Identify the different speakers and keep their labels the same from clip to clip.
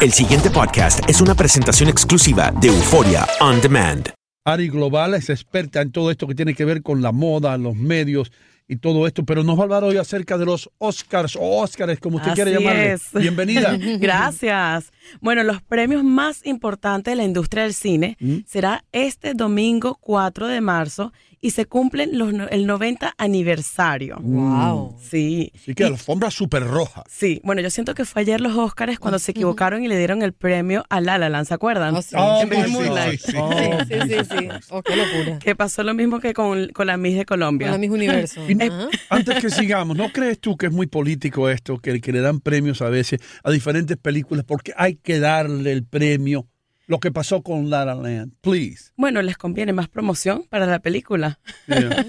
Speaker 1: El siguiente podcast es una presentación exclusiva de Euforia On Demand.
Speaker 2: Ari Global es experta en todo esto que tiene que ver con la moda, los medios y todo esto, pero nos va a hablar hoy acerca de los Oscars o Óscares, como usted
Speaker 3: Así
Speaker 2: quiere llamarle.
Speaker 3: es.
Speaker 2: Bienvenida.
Speaker 3: Gracias. Bueno, los premios más importantes de la industria del cine será este domingo 4 de marzo y se cumplen los no- el 90 aniversario. Wow. Sí.
Speaker 2: Así que alfombra súper roja.
Speaker 3: Sí, bueno, yo siento que fue ayer los Óscares cuando se equivocaron y le dieron el premio a La La Land, ¿se acuerdan?
Speaker 4: Oh, sí.
Speaker 2: Oh,
Speaker 4: En vez de
Speaker 2: my
Speaker 4: Moonlight.
Speaker 2: God.
Speaker 4: Sí,
Speaker 2: Oh,
Speaker 4: sí, sí, sí. Oh, qué locura.
Speaker 3: Que pasó lo mismo que con, con la Miss de
Speaker 4: Con la
Speaker 3: Colombia.
Speaker 4: misma universo.
Speaker 2: Y no-
Speaker 4: Ajá.
Speaker 2: Antes que sigamos, ¿no crees tú que es muy político esto, que, que le dan premios a veces a diferentes películas porque hay que darle el premio? Lo que pasó con La La Land, please.
Speaker 3: Bueno, les conviene más promoción para la película.
Speaker 2: Yeah.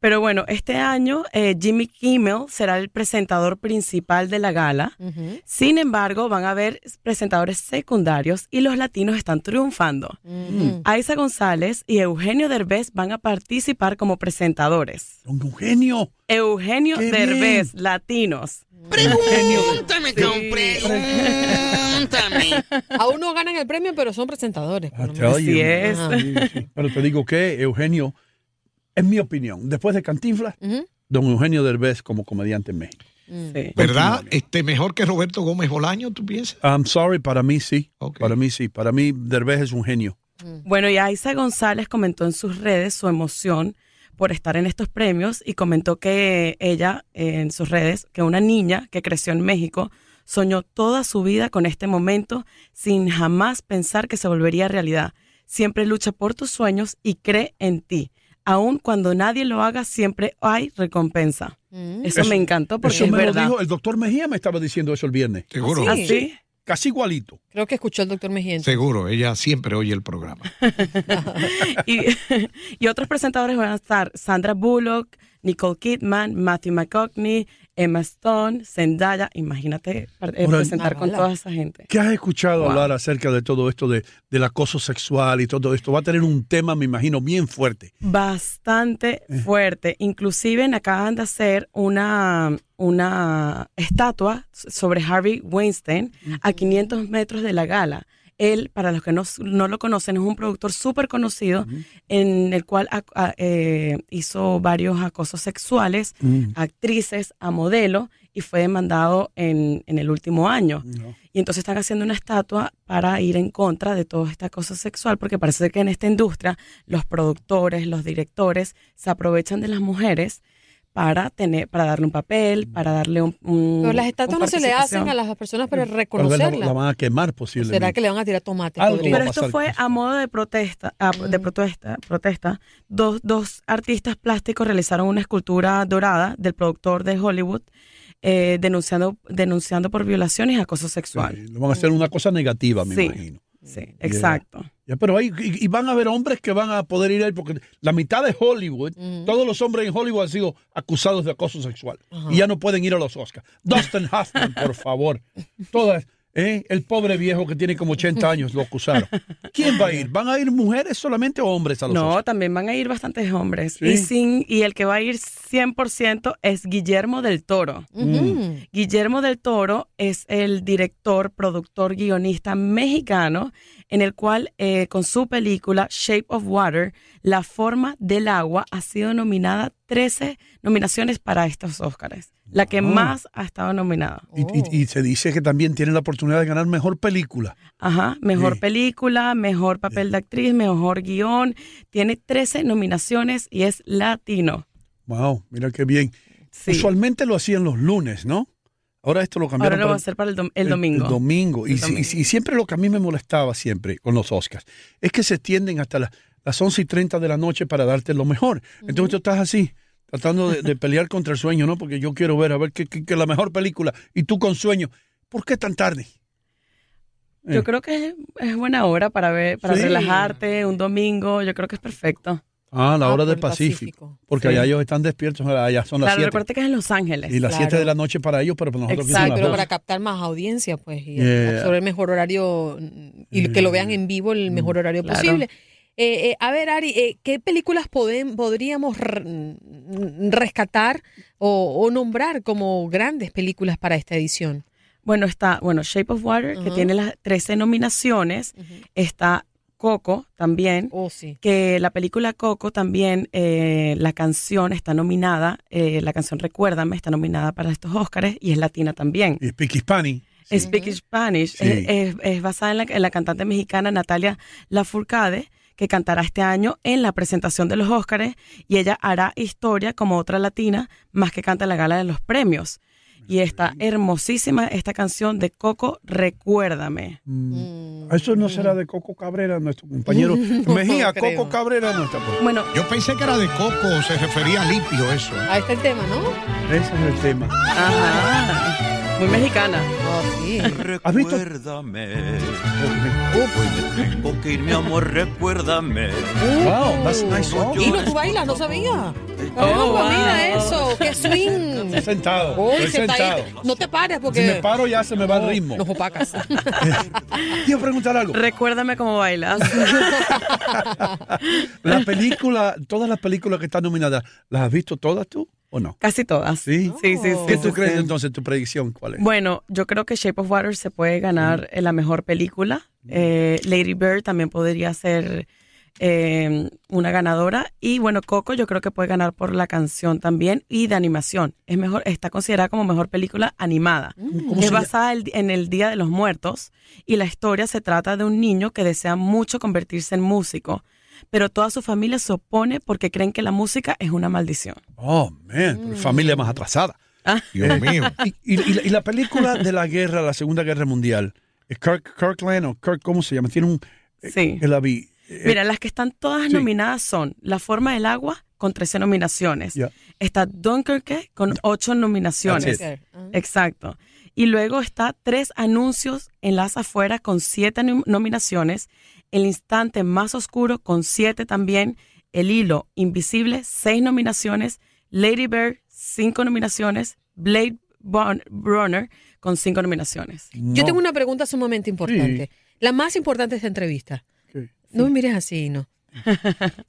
Speaker 3: Pero bueno, este año eh, Jimmy Kimmel será el presentador principal de la gala.
Speaker 4: Ujú.
Speaker 3: Sin embargo, van a haber presentadores secundarios y los latinos están triunfando.
Speaker 2: Mm.
Speaker 4: Ujú.
Speaker 3: Aiza González y Eugenio Derbez van a participar como presentadores.
Speaker 2: Don Eugenio.
Speaker 3: Eugenio
Speaker 2: ¡Qué
Speaker 3: Derbez, latinos.
Speaker 5: Pregúntame, con pregúntame.
Speaker 4: Aún no ganan el premio, pero son presentadores. por lo
Speaker 2: I
Speaker 4: menos.
Speaker 2: tell you.
Speaker 3: Así es.
Speaker 4: Ajá.
Speaker 2: Sí, sí. Pero te digo que Eugenio, en mi opinión, después de Cantinflas,
Speaker 4: Ujú.
Speaker 2: don Eugenio Derbez como comediante en México.
Speaker 3: Sí.
Speaker 5: ¿Verdad? Este, mejor que Roberto Gómez Bolaño, ¿tú piensas?
Speaker 2: I'm sorry, para mí sí.
Speaker 5: Ok.
Speaker 2: Para mí sí. Para mí Derbez es un genio.
Speaker 4: Mm,
Speaker 3: Bueno, y Aiza González comentó en sus redes su emoción por estar en estos premios y comentó que ella eh, en sus redes, que una niña que creció en México, soñó toda su vida con este momento sin jamás pensar que se volvería realidad. Siempre lucha por tus sueños y cree en ti. Aun cuando nadie lo haga, siempre hay recompensa.
Speaker 4: Mm.
Speaker 3: Eso,
Speaker 2: Eso-
Speaker 3: me encantó porque
Speaker 2: eso
Speaker 3: es
Speaker 2: me
Speaker 3: verdad.
Speaker 2: lo dijo el doctor Mejía, me estaba diciendo eso el viernes.
Speaker 5: Seguro,
Speaker 4: Ah, sí.
Speaker 3: Así.
Speaker 2: Casi igualito.
Speaker 4: Creo que escuchó el doctor Mejía. entonces.
Speaker 5: seguro. Ella siempre oye el programa.
Speaker 3: y, y otros presentadores van a estar Sandra Bullock, Nicole Kidman, Matthew McCockney, Emma Stone, Zendaya. Imagínate par- eh,
Speaker 2: Ahora-
Speaker 3: presentar con
Speaker 4: Hola.
Speaker 3: toda esa gente.
Speaker 2: ¿Qué has escuchado
Speaker 3: Wow.
Speaker 2: hablar acerca de todo esto de, del acoso sexual y todo esto? Va a tener un tema, me imagino, bien fuerte.
Speaker 3: Bastante fuerte. Inclusive en- acaban de hacer una, una estatua s- sobre Harvey Weinstein a 500 metros de la gala. Él, para los que no, s- no lo conocen, es un productor súper conocido en el cual ac- a- eh, hizo varios acosos sexuales a actrices, a modelo, y fue demandado en, en el último año.
Speaker 2: No.
Speaker 3: Y entonces están haciendo una estatua para ir en contra de toda esta cosa sexual, porque parece que en esta industria los productores, los directores se aprovechan de las mujeres para tener, para darle un papel, para darle un, un-
Speaker 4: Pero las estatuas
Speaker 3: un
Speaker 4: no se le hacen
Speaker 3: participación.
Speaker 4: a las personas para
Speaker 2: Tal vez la, la
Speaker 4: reconocerlas.
Speaker 2: van a quemar
Speaker 4: ¿O ¿Será
Speaker 2: posiblemente.
Speaker 4: que le van a tirar tomate?
Speaker 2: Algo
Speaker 4: podrido?
Speaker 3: Pero
Speaker 2: va a
Speaker 3: esto
Speaker 2: pasar
Speaker 3: fue
Speaker 2: con
Speaker 3: a modo de protesta, ah, de protesta, protesta. Dos, dos artistas plásticos realizaron una escultura dorada del productor de Hollywood eh, denunciando, denunciando por violaciones y acoso sexual.
Speaker 2: Sí, lo van a hacer una cosa negativa, me
Speaker 3: Sí.
Speaker 2: imagino.
Speaker 3: Sí, exacto.
Speaker 2: Ya, pero hay, y, y van a haber hombres que van a poder ir ahí porque la mitad de Hollywood, todos los hombres en Hollywood han sido acusados de acoso sexual y ya no pueden ir a los Oscars. Dustin Hoffman, por favor. Todas, ¿eh? el pobre viejo que tiene como 80 años lo acusaron. ¿Quién va a ir? ¿Van a ir mujeres solamente o hombres a los
Speaker 3: No,
Speaker 2: Oscars?
Speaker 3: también van a ir bastantes hombres.
Speaker 2: Sí.
Speaker 3: Y, sin, y el que va a ir 100% es Guillermo del Toro.
Speaker 4: Ujú.
Speaker 3: Guillermo del Toro es el director, productor, guionista mexicano, en el cual eh, con su película Shape of Water, La forma del agua, ha sido nominada 13 nominaciones para estos Óscares, la que
Speaker 2: Wow.
Speaker 3: más ha estado nominada.
Speaker 2: Y, y- y
Speaker 4: Oh.
Speaker 2: se dice que también tienen la oportunidad de ganar mejor película.
Speaker 3: Ajá, mejor
Speaker 2: Sí.
Speaker 3: película, mejor papel de actriz, mejor guión, tiene 13 nominaciones y es latino.
Speaker 2: Wow, mira qué bien.
Speaker 3: Sí.
Speaker 2: Usualmente lo hacían los lunes, ¿no? Ahora esto lo cambiaron
Speaker 3: Ahora lo va a
Speaker 2: para-
Speaker 3: hacer para el, dom- el domingo.
Speaker 2: El domingo. Y,
Speaker 3: El
Speaker 2: si-
Speaker 3: domingo.
Speaker 2: y si- y siempre lo que a mí me molestaba siempre con los Oscars es que se extienden hasta las, las 11 y 30 de la noche para darte lo mejor. Entonces tú estás así, tratando de, de pelear contra el sueño, ¿no? Porque yo quiero ver, a ver, que, que- que la mejor película. Y tú con sueño. ¿Por qué tan tarde? Eh.
Speaker 3: Yo creo que es, es buena hora para ver, para
Speaker 2: Sí.
Speaker 3: relajarte un domingo. Yo creo que es perfecto.
Speaker 2: Ah, la
Speaker 4: Ah,
Speaker 2: hora
Speaker 4: por
Speaker 2: del
Speaker 4: el
Speaker 2: Pacífico.
Speaker 4: Pacífico.
Speaker 2: Porque
Speaker 3: Sí.
Speaker 2: allá ellos están despiertos, allá son las
Speaker 3: Claro,
Speaker 2: 7.
Speaker 3: recuerda que es en Los Ángeles.
Speaker 2: y las 7
Speaker 4: Claro.
Speaker 2: de la noche para ellos, pero para nosotros que son
Speaker 3: Exacto,
Speaker 4: Sí,
Speaker 2: las
Speaker 4: pero
Speaker 2: dos.
Speaker 4: para captar más audiencia, pues, y
Speaker 2: Yeah.
Speaker 4: absorber mejor horario mm, y que lo vean en vivo el mejor horario
Speaker 3: Claro.
Speaker 4: posible. Eh, eh, a ver, Ari, eh, ¿qué películas poden- podríamos r- mm, rescatar o, o nombrar como grandes películas para esta edición?
Speaker 3: Bueno, está, bueno, Shape of Water, que
Speaker 4: Ajá.
Speaker 3: tiene las 13 nominaciones.
Speaker 4: Ujú.
Speaker 3: Está Coco también,
Speaker 4: Oh, sí.
Speaker 3: que la película Coco también, eh, la canción está nominada, eh, la canción Recuérdame está nominada para estos Óscares y es latina también.
Speaker 2: Y Speak Hispanic.
Speaker 3: Speak Spanish
Speaker 2: Sí.
Speaker 3: es, es- es basada en la, en la cantante mexicana Natalia Lafourcade, que cantará este año en la presentación de los Óscares y ella hará historia como otra latina más que canta en la gala de los premios. Y está hermosísima esta canción de Coco, Recuérdame.
Speaker 2: Mm,
Speaker 4: Mm.
Speaker 2: Eso no será de Coco Cabrera, nuestro compañero. Mejía,
Speaker 4: creo.
Speaker 2: Coco Cabrera no está por
Speaker 3: Bueno,
Speaker 5: Yo pensé que era de coco, se refería a limpio eso. ¿eh?
Speaker 4: Ahí está el tema, ¿no?
Speaker 2: Ese es el tema.
Speaker 3: ajá, muy mexicana.
Speaker 4: Oh, sí.
Speaker 2: ¿Has visto?
Speaker 6: Recuérdame. Hoy me tengo que ir, mi amor, recuérdame.
Speaker 2: Wow, that's nice.
Speaker 6: Oh.
Speaker 2: song. Eh,
Speaker 4: Y no, Uh. tú bailas, no sabía.
Speaker 3: Oh,
Speaker 4: Oh,
Speaker 3: wow.
Speaker 4: mira eso, qué swing.
Speaker 2: Estoy sentado.
Speaker 4: Uy,
Speaker 2: estoy
Speaker 4: se está
Speaker 2: sentado.
Speaker 4: ahí. No te pares porque
Speaker 2: Si me paro ya se me va el ritmo.
Speaker 4: nos opacas.
Speaker 2: Quiero preguntar algo.
Speaker 3: Recuérdame cómo bailas.
Speaker 2: La película, todas las películas que están nominadas, ¿las has visto todas tú o no?
Speaker 3: Casi todas.
Speaker 2: Sí.
Speaker 3: sí, sí.
Speaker 2: ¿Qué
Speaker 3: sí,
Speaker 2: tú
Speaker 3: sí,
Speaker 2: crees
Speaker 3: sí.
Speaker 2: entonces? ¿Tu predicción cuál es?
Speaker 3: Bueno, yo creo que Shape of Water se puede ganar eh, la mejor película. Eh, Lady Bird también podría ser eh, una ganadora. Y bueno, Coco yo creo que puede ganar por la canción también y de animación. Es mejor, está considerada como mejor película animada.
Speaker 2: ¿Cómo
Speaker 3: Es
Speaker 2: se llama?
Speaker 3: basada el- en el Día de los Muertos y la historia se trata de un niño que desea mucho convertirse en músico, pero toda su familia se opone porque creen que la música es una maldición.
Speaker 2: Oh, man,
Speaker 4: Mm.
Speaker 2: pero familia más atrasada.
Speaker 5: Dios mío.
Speaker 2: Y, y- y la- y la película de la guerra, la Segunda Guerra Mundial, eh, Kirk, Kirkland o Kirk, ¿cómo se llama? Tiene un... eh,
Speaker 3: Sí.
Speaker 2: que la vi. Eh,
Speaker 3: Mira, las que están todas
Speaker 2: sí.
Speaker 3: nominadas son La forma del agua con 13 nominaciones.
Speaker 2: Ya.
Speaker 3: Está Dunkerque con 8 nominaciones.
Speaker 2: That's
Speaker 4: Ah.
Speaker 3: Exacto. Y luego está Tres anuncios en las afueras con 7 nom- nominaciones. El instante más oscuro con 7 también. El hilo invisible, 6 nominaciones. Lady Bird, 5 nominaciones. Blade Bun- Runner con 5 nominaciones.
Speaker 2: no.
Speaker 4: Yo tengo una pregunta sumamente importante. La más importante de esta entrevista.
Speaker 2: Sí.
Speaker 4: No me mires así, no.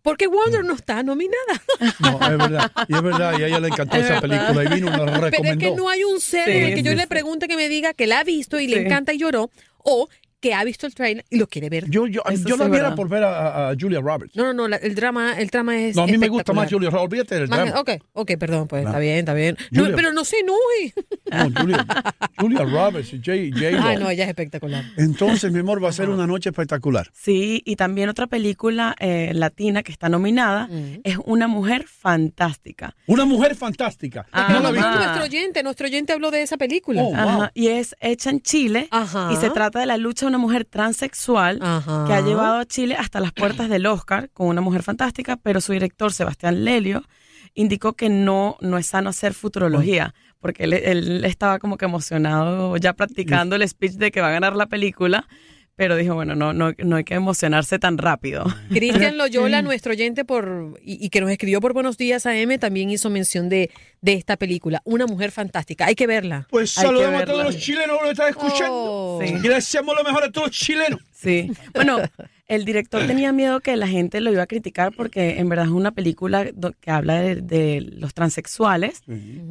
Speaker 4: ¿Por qué Wonder no está nominada?
Speaker 2: No, es verdad. Y es verdad, y a ella le encantó esa película y vino y nos recomendó.
Speaker 4: Pero es que no hay un ser
Speaker 3: Sí,
Speaker 4: en el que yo
Speaker 3: sí,
Speaker 4: le pregunte que me diga que la ha visto y le
Speaker 3: Sí.
Speaker 4: encanta y lloró, o que ha visto el trailer y lo quiere ver.
Speaker 2: Yo, yo,
Speaker 3: Eso
Speaker 2: yo
Speaker 3: sí
Speaker 2: la
Speaker 3: es
Speaker 2: viera
Speaker 3: verdad.
Speaker 2: por ver a, a Julia Roberts.
Speaker 4: No, no, no, la- el drama, el drama es.
Speaker 2: No, a mí me gusta más
Speaker 4: espectacular.
Speaker 2: Julia Roberts. Olvídate del drama.
Speaker 4: Más- ok, ok, perdón, pues
Speaker 2: Claro.
Speaker 4: está bien, está bien. No,
Speaker 2: Julia-
Speaker 4: pero no se enoje.
Speaker 2: No, Julia, Julia Roberts y J. J.
Speaker 4: Ah,
Speaker 2: Lo.
Speaker 4: no, ella es espectacular.
Speaker 2: Entonces, mi amor, va a ser una noche espectacular.
Speaker 3: Sí, y también otra película eh, latina que está nominada
Speaker 2: Mm.
Speaker 3: es Una mujer fantástica.
Speaker 2: Una mujer fantástica.
Speaker 3: Ah,
Speaker 2: no la
Speaker 4: Ah,
Speaker 2: vi.
Speaker 3: mamá.
Speaker 4: Nuestro oyente, nuestro oyente habló de esa película.
Speaker 2: Oh.
Speaker 3: Ajá,
Speaker 2: wow.
Speaker 3: Y es hecha en Chile
Speaker 4: Ajá.
Speaker 3: y se trata de la lucha de una mujer transexual
Speaker 2: Ah.
Speaker 4: Ajá.
Speaker 3: que ha llevado a Chile hasta las puertas del Oscar con una mujer fantástica, pero su director Sebastián Lelio indicó que no, no es sano hacer futurología, porque él, él estaba como que emocionado ya practicando el speech de que va a ganar la película, pero dijo, bueno, no, no, no hay que emocionarse tan rápido.
Speaker 4: Cristian Loyola, nuestro oyente por y, y que nos escribió por Buenos Días AM, también hizo mención de, de esta película, Una mujer fantástica. Hay que verla.
Speaker 2: Pues
Speaker 3: Hay que
Speaker 2: saludamos a todos
Speaker 3: verla.
Speaker 2: los chilenos que lo están escuchando.
Speaker 4: Oh.
Speaker 3: Sí.
Speaker 2: Y le deseamos lo mejor a todos los chilenos.
Speaker 3: Sí. Bueno, el director tenía miedo que la gente lo iba a criticar porque en verdad es una película do- que habla de, de los transexuales,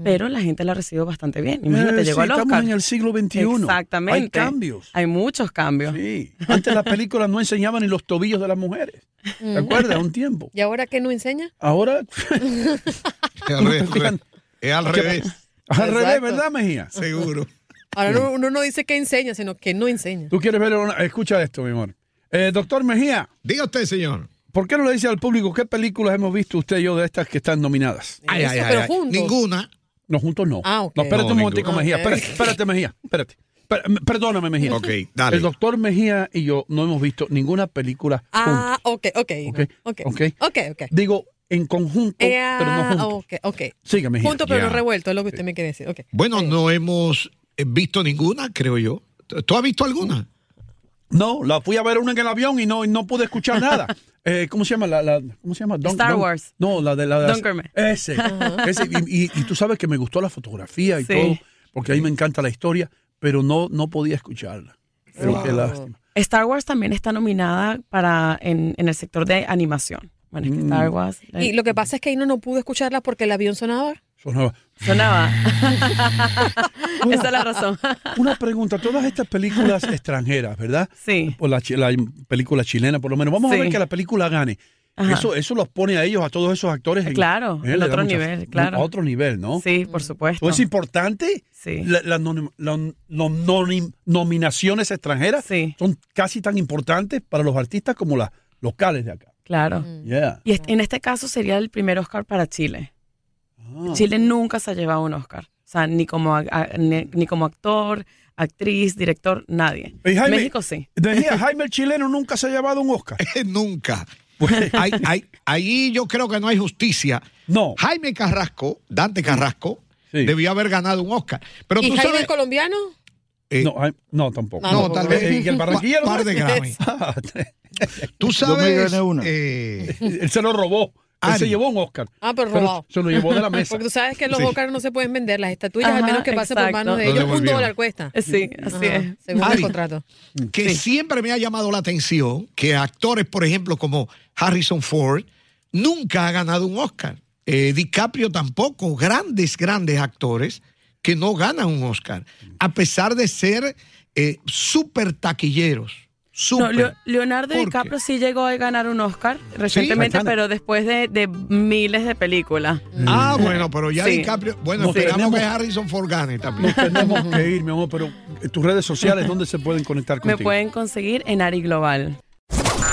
Speaker 3: pero la gente la recibió bastante bien. Imagínate,
Speaker 2: Eh, sí,
Speaker 3: llegó al
Speaker 2: Estamos
Speaker 3: Oscar.
Speaker 2: en el siglo XXI.
Speaker 3: Exactamente.
Speaker 2: Hay cambios.
Speaker 3: Hay muchos cambios.
Speaker 2: Sí. Antes las películas no enseñaban ni los tobillos de las mujeres.
Speaker 3: Mm.
Speaker 2: ¿Te acuerdas? Un tiempo.
Speaker 4: ¿Y ahora qué no enseña?
Speaker 2: Ahora,
Speaker 5: Es al revés, es al revés,
Speaker 2: al revés,
Speaker 4: Exacto.
Speaker 2: ¿verdad, Mejía?
Speaker 5: seguro.
Speaker 4: Ahora no- uno no dice que enseña, sino que no enseña.
Speaker 2: Tú quieres ver una... Escucha esto, mi amor. Eh, doctor Mejía,
Speaker 5: Diga usted, señor.
Speaker 2: ¿por qué no le dice al público qué películas hemos visto usted y yo de estas que están nominadas?
Speaker 5: Ay,
Speaker 4: Eso,
Speaker 5: ay, ay,
Speaker 4: pero
Speaker 5: ay.
Speaker 4: juntos.
Speaker 5: Ninguna.
Speaker 2: No, juntos no.
Speaker 4: Ah, ok.
Speaker 2: No, espérate
Speaker 5: No,
Speaker 2: un
Speaker 5: ninguno.
Speaker 2: momentico, Mejía.
Speaker 4: Ok.
Speaker 2: Espérate, espérate, Mejía. Espérate. Per- me- Perdóname, Mejía.
Speaker 5: Ok, dale.
Speaker 2: El doctor Mejía y yo no hemos visto ninguna película juntos.
Speaker 4: Ah, ok, ok.
Speaker 2: Ok,
Speaker 4: Ok,
Speaker 2: ok.
Speaker 4: ok. ok.
Speaker 2: Digo, en conjunto,
Speaker 4: Eh,
Speaker 2: pero no
Speaker 4: ah,
Speaker 2: juntos.
Speaker 4: ok, ok.
Speaker 2: Sigue, Mejía.
Speaker 4: Juntos pero
Speaker 5: Ya.
Speaker 4: no revuelto, es lo que usted me quiere decir. ok.
Speaker 5: Bueno, no hemos eh, visto ninguna, creo yo. ¿Tú has visto alguna?
Speaker 2: No, la fui a ver una en el avión y no, y no pude escuchar nada. Eh, ¿Cómo se llama? La, la- ¿Cómo se llama? Dun-
Speaker 3: Star
Speaker 2: Dun-
Speaker 3: Wars.
Speaker 2: No, la de la de.
Speaker 3: Dunkerman.
Speaker 2: Ese. ese. Y, y- y tú sabes que me gustó la fotografía y
Speaker 3: Sí.
Speaker 2: todo, porque a mí me encanta la historia, pero no, no podía escucharla. Pero qué lástima.
Speaker 3: Star Wars también está nominada para en, en el
Speaker 2: Mm.
Speaker 3: sector de animación. Bueno, es que Star Wars. la-
Speaker 4: Y lo que pasa es que Ino no pudo escucharla porque el avión sonaba.
Speaker 2: Sonaba.
Speaker 3: Sonaba. Esa es la razón.
Speaker 2: Una pregunta, todas estas películas extranjeras, ¿verdad?
Speaker 3: Sí.
Speaker 2: Por la, chi- la película chilena, por lo menos. Vamos
Speaker 3: Sí.
Speaker 2: a ver que la película gane.
Speaker 3: Ajá.
Speaker 2: Eso, eso los pone a ellos, a todos esos actores. en-
Speaker 3: Claro,
Speaker 2: eh,
Speaker 3: en
Speaker 2: le da
Speaker 3: otro
Speaker 2: mucha-
Speaker 3: nivel, claro.
Speaker 2: A otro nivel, ¿no? Pues
Speaker 3: Sí, por supuesto.
Speaker 2: ¿O es importante?
Speaker 3: Sí.
Speaker 2: La- las nonim- la- no- nonim- nominaciones extranjeras
Speaker 3: Sí.
Speaker 2: son casi tan importantes para los artistas como las locales de acá.
Speaker 3: Claro.
Speaker 2: Yeah.
Speaker 3: Y est- en este caso sería el primer Oscar para Chile.
Speaker 2: Ah.
Speaker 3: Chile nunca se ha llevado un Oscar. O sea, ni como, a- a- ni, ni como actor, actriz, director, nadie.
Speaker 2: Ey, Jaime.
Speaker 3: México sí.
Speaker 2: Decía, Jaime el chileno nunca se ha llevado un Oscar.
Speaker 5: Nunca. Hay- hay- ahí yo creo que no hay justicia.
Speaker 2: No.
Speaker 5: Jaime Carrasco, Dante Carrasco,
Speaker 2: Sí.
Speaker 5: debió haber ganado un Oscar. Pero
Speaker 4: ¿Y
Speaker 5: tú
Speaker 4: Jaime
Speaker 5: sabes.
Speaker 4: el colombiano?
Speaker 5: eh,
Speaker 2: No, Jaime- no, tampoco.
Speaker 4: No,
Speaker 5: no,
Speaker 4: no,
Speaker 5: tal
Speaker 4: no.
Speaker 5: vez.
Speaker 2: Eh, ¿y el Barranquilla lo
Speaker 5: par de
Speaker 2: ganó?
Speaker 5: Grammy. Tú
Speaker 7: Yo me
Speaker 5: sabes.
Speaker 7: gané una.
Speaker 5: eh,
Speaker 2: Él se lo robó. Él
Speaker 5: Ari.
Speaker 2: se llevó un Oscar.
Speaker 4: Ah, pero
Speaker 2: Pero
Speaker 4: robado.
Speaker 2: se lo llevó de la mesa.
Speaker 4: Porque tú sabes que los
Speaker 5: Sí.
Speaker 4: Oscars no se pueden vender, las estatuillas, al
Speaker 3: Ajá,
Speaker 4: menos que pase por
Speaker 3: exacto.
Speaker 4: manos de
Speaker 5: Lo
Speaker 4: ellos, un
Speaker 5: devolvieron.
Speaker 4: dólar cuesta.
Speaker 3: Eh, Sí, así
Speaker 4: Ajá,
Speaker 3: es.
Speaker 4: Según
Speaker 5: Ari.
Speaker 4: el contrato.
Speaker 5: que siempre me ha llamado la atención que actores, por ejemplo, como Harrison Ford, nunca ha ganado un Oscar. Eh, DiCaprio tampoco, grandes, grandes actores que no ganan un Oscar, a pesar de ser eh, súper taquilleros.
Speaker 3: No,
Speaker 5: Súper.
Speaker 3: Leo- Leonardo
Speaker 5: ¿Por qué?
Speaker 3: DiCaprio sí llegó a ganar un Oscar recientemente,
Speaker 2: bastante.
Speaker 3: pero después de, de miles de películas.
Speaker 5: Ah, bueno, pero ya
Speaker 3: Sí.
Speaker 5: DiCaprio. Bueno,
Speaker 2: Nos
Speaker 5: esperamos
Speaker 2: Mm. tenemos-
Speaker 5: que Harrison Ford gane también.
Speaker 2: Nos tenemos que ir, mi amor, pero eh, tus redes sociales, ¿dónde se pueden conectar
Speaker 3: Me
Speaker 2: contigo?
Speaker 3: pueden conseguir en Ari Global.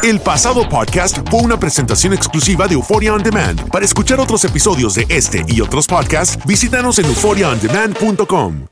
Speaker 1: El pasado podcast fue una presentación exclusiva de Euphoria On Demand. Para escuchar otros episodios de este y otros podcasts, visítanos en euphoriaondemand.com.